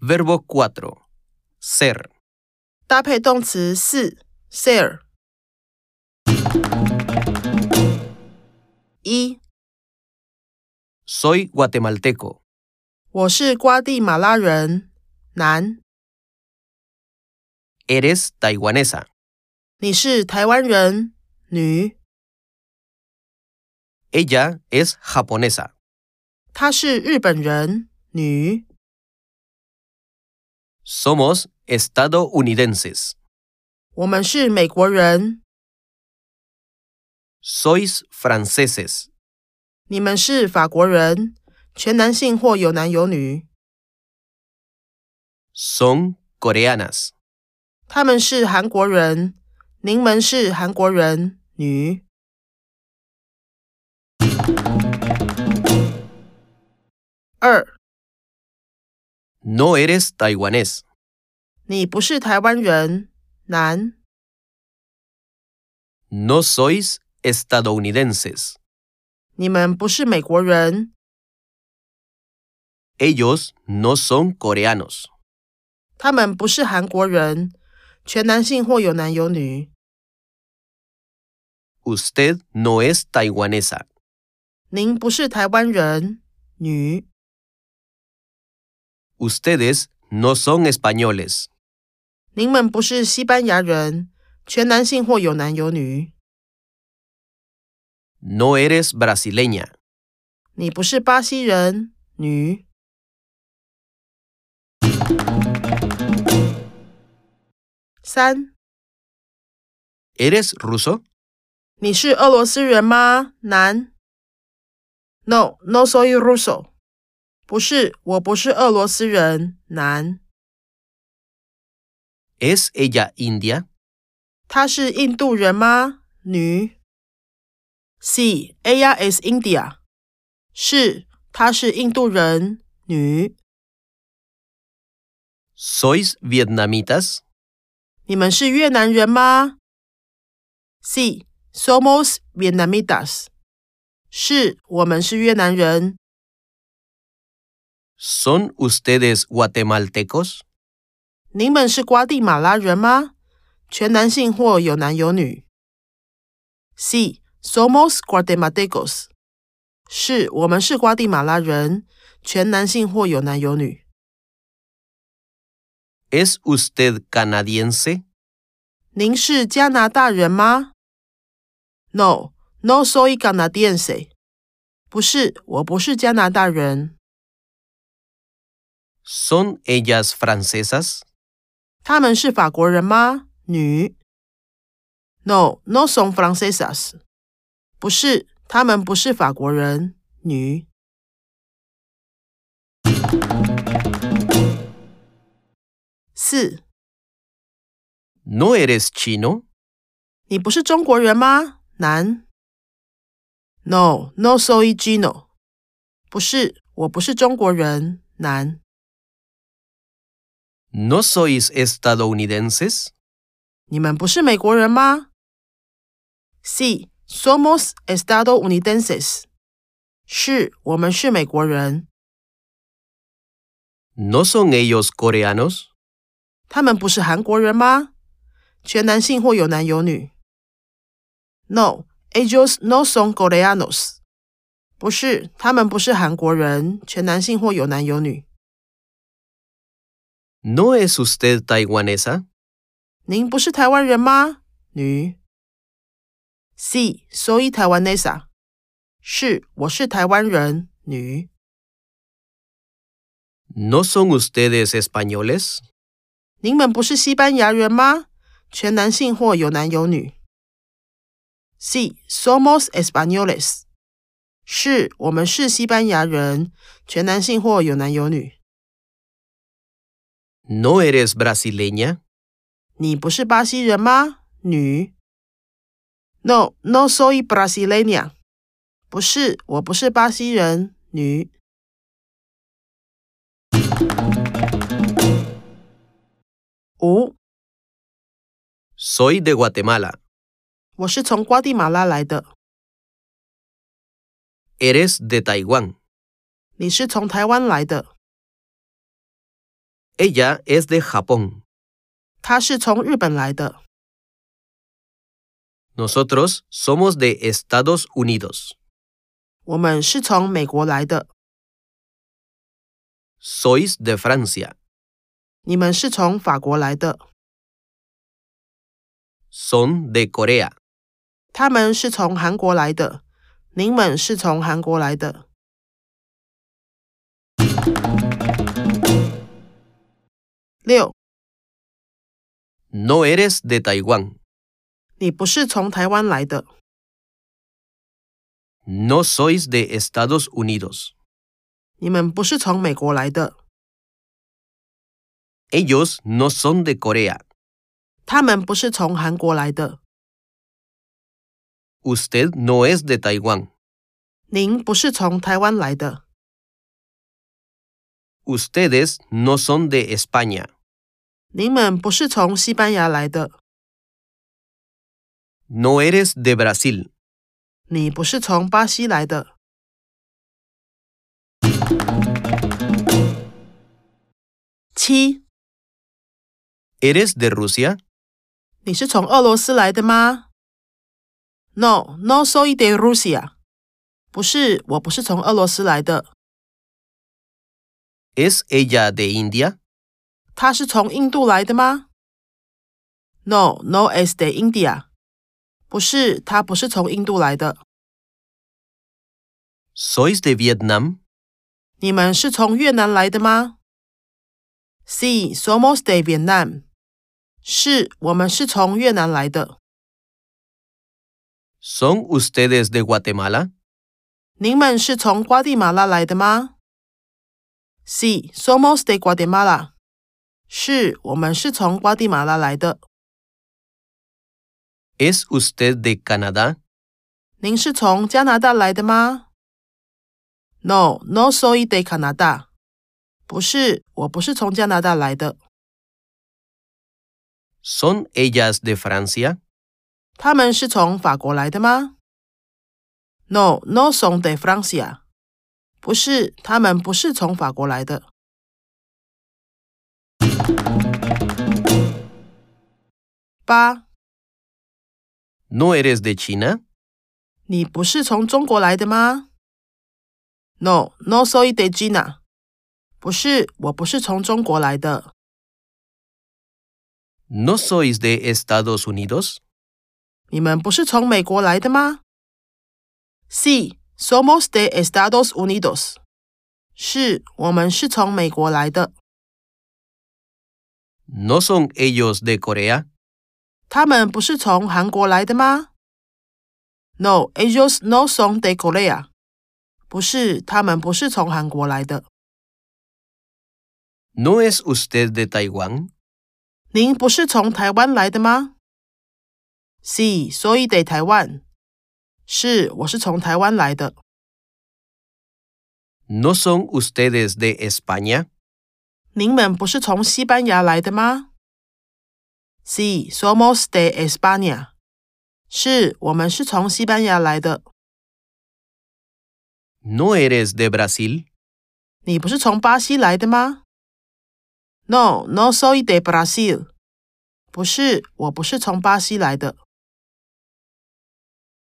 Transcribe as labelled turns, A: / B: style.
A: Verbo 4. Ser.
B: 搭配动词是 ser。一，
A: Soy guatemalteco.
B: 我是瓜地马拉人，男。
A: Eres taiwanesa.
B: 你是台湾人，女。
A: Ella es japonesa.
B: 她是日本人，女。
A: Somos estadounidenses.
B: 我们是美国人，
A: Sois franceses.
B: 你们是法国人，全男性或有男有女。
A: Son coreanas.
B: 他们是韩国人，您们是韩国人，女。二，
A: No eres taiwanés.
B: 你不是台湾人，男。
A: No sois estadounidenses.
B: 你们不是美国人，
A: Ellos no son coreanos.
B: 他们不是韩国人，全男性或有男有女。
A: Usted no es taiwanesa.
B: 您不是台湾人，女。
A: Ustedes no son españoles.
B: 您们不是西班牙人，全男性或有男有女。
A: No eres brasileña.
B: 你不是巴西人，女。三，
A: ¿Eres ruso?
B: 你是俄罗斯人吗？男。No, no soy ruso。不是，我不是俄罗斯人。男。
A: ¿Es ella india?
B: 她是印度人吗？女。C. Ella is India。是，她是印度人。女。
A: ¿Sois vietnamitas?
B: 你们是越南人吗？C. Somos Vietnamitas。是，我们是越南人。
A: ¿Son ustedes guatemaltecos?
B: 你们是瓜地马拉人吗？全男性或有男有女。C. Somos Guatemaltecos。是，我们是瓜地马拉人，全男性或有男有女。
A: ¿Es usted canadiense?
B: 您是加拿大人吗？No, no soy canadiense。不是，我不是加拿大人。
A: ¿Son ellas francesas?
B: 他们是法国人吗？女。No, no son francesas。不是，他们不是法国人。女。四，
A: ¿No eres chino?
B: 你不是中国人吗？男。No, no soy Gino。不是，我不是中国人。男。
A: ¿No sois estadounidenses?
B: 你们不是美国人吗？C. Somos estadounidenses。是，我们是美国人。
A: ¿No son ellos coreanos?
B: 他们不是韩国人吗？全男性或有男有女。No, ellos no son coreanos。不是，他们不是韩国人，全男性或有男有女。
A: ¿No es usted taiwanesa?
B: 您不是台湾人吗？女。C. Soy taiwanesa。是，我是台湾人。女。
A: ¿No son ustedes españoles?
B: 您们不是西班牙人吗？全男性或有男有女。C. Somos españoles。是，我们是西班牙人，全男性或有男有女。
A: ¿No eres brasileña?
B: 你不是巴西人吗？女。No, no soy brasileña。不是，我不是巴西人。女。五，
A: Soy de Guatemala.
B: 我是从瓜地马拉来的。
A: ¿Eres de Taiwán?
B: 你是从台湾来的。
A: Ella es de Japón.
B: 他是从日本来的。
A: Nosotros somos de Estados Unidos.
B: 我们是从美国来的。
A: Sois de Francia.
B: 你们是从法国来的。
A: Son de Corea.
B: 他们是从韩国来的。您们是从韩国来的。六，
A: No eres de Taiwán.
B: 你不是从台湾来的，
A: No sois de Estados Unidos.
B: 你们不是从美国来的，
A: Ellos no son de Corea.
B: 他们不是从韩国来的，
A: Usted no es de Taiwán.
B: 您不是从台湾来的，
A: Ustedes no son de España.
B: 你们不是从西班牙来的，
A: No eres de Brasil.
B: 你不是从巴西来的。七，
A: ¿Eres de Rusia?
B: 你是从俄罗斯来的吗？No, no soy de Rusia。不是，我不是从俄罗斯来的。
A: ¿Es ella de India?
B: 他是从印度来的吗？No, no es de India。不是，他不是从印度来的。
A: ¿Sois de Vietnam?
B: 你们是从越南来的吗？Sí, somos de Vietnam。是，我们是从越南来的。
A: ¿Son ustedes de Guatemala?
B: 您们是从瓜地马拉来的吗？Sí, somos de Guatemala。是，我们是从瓜地马拉来的。
A: ¿Es usted de Canadá?
B: 您是从加拿大来的吗？No, no soy de Canadá。不是，我不是从加拿大来的。
A: ¿Son ellas de Francia?
B: 他们是从法国来的吗？No, no son de Francia。不是，他们不是从法国来的。八，
A: ¿No eres de China?
B: 你不是从中国来的吗？No, no soy de China。不是，我不是从中国来的。
A: ¿No sois de Estados Unidos?
B: 你们不是从美国来的吗？Sí, somos de Estados Unidos。是，我们是从美国来的。
A: ¿No son ellos de Corea?
B: 他们不是从韩国来的吗？No, ellos no son de Corea。不是，他们不是从韩国来的。
A: ¿No es usted de Taiwán?
B: 您不是从台湾来的吗？Sí, soy de Taiwan。是，我是从台湾来的。
A: ¿No son ustedes de España?
B: 您们不是从西班牙来的吗？Sí, somos de España。是，我们是从西班牙来的。
A: ¿No eres de Brasil?
B: 你不是从巴西来的吗？No, no soy de Brasil。不是，我不是从巴西来的。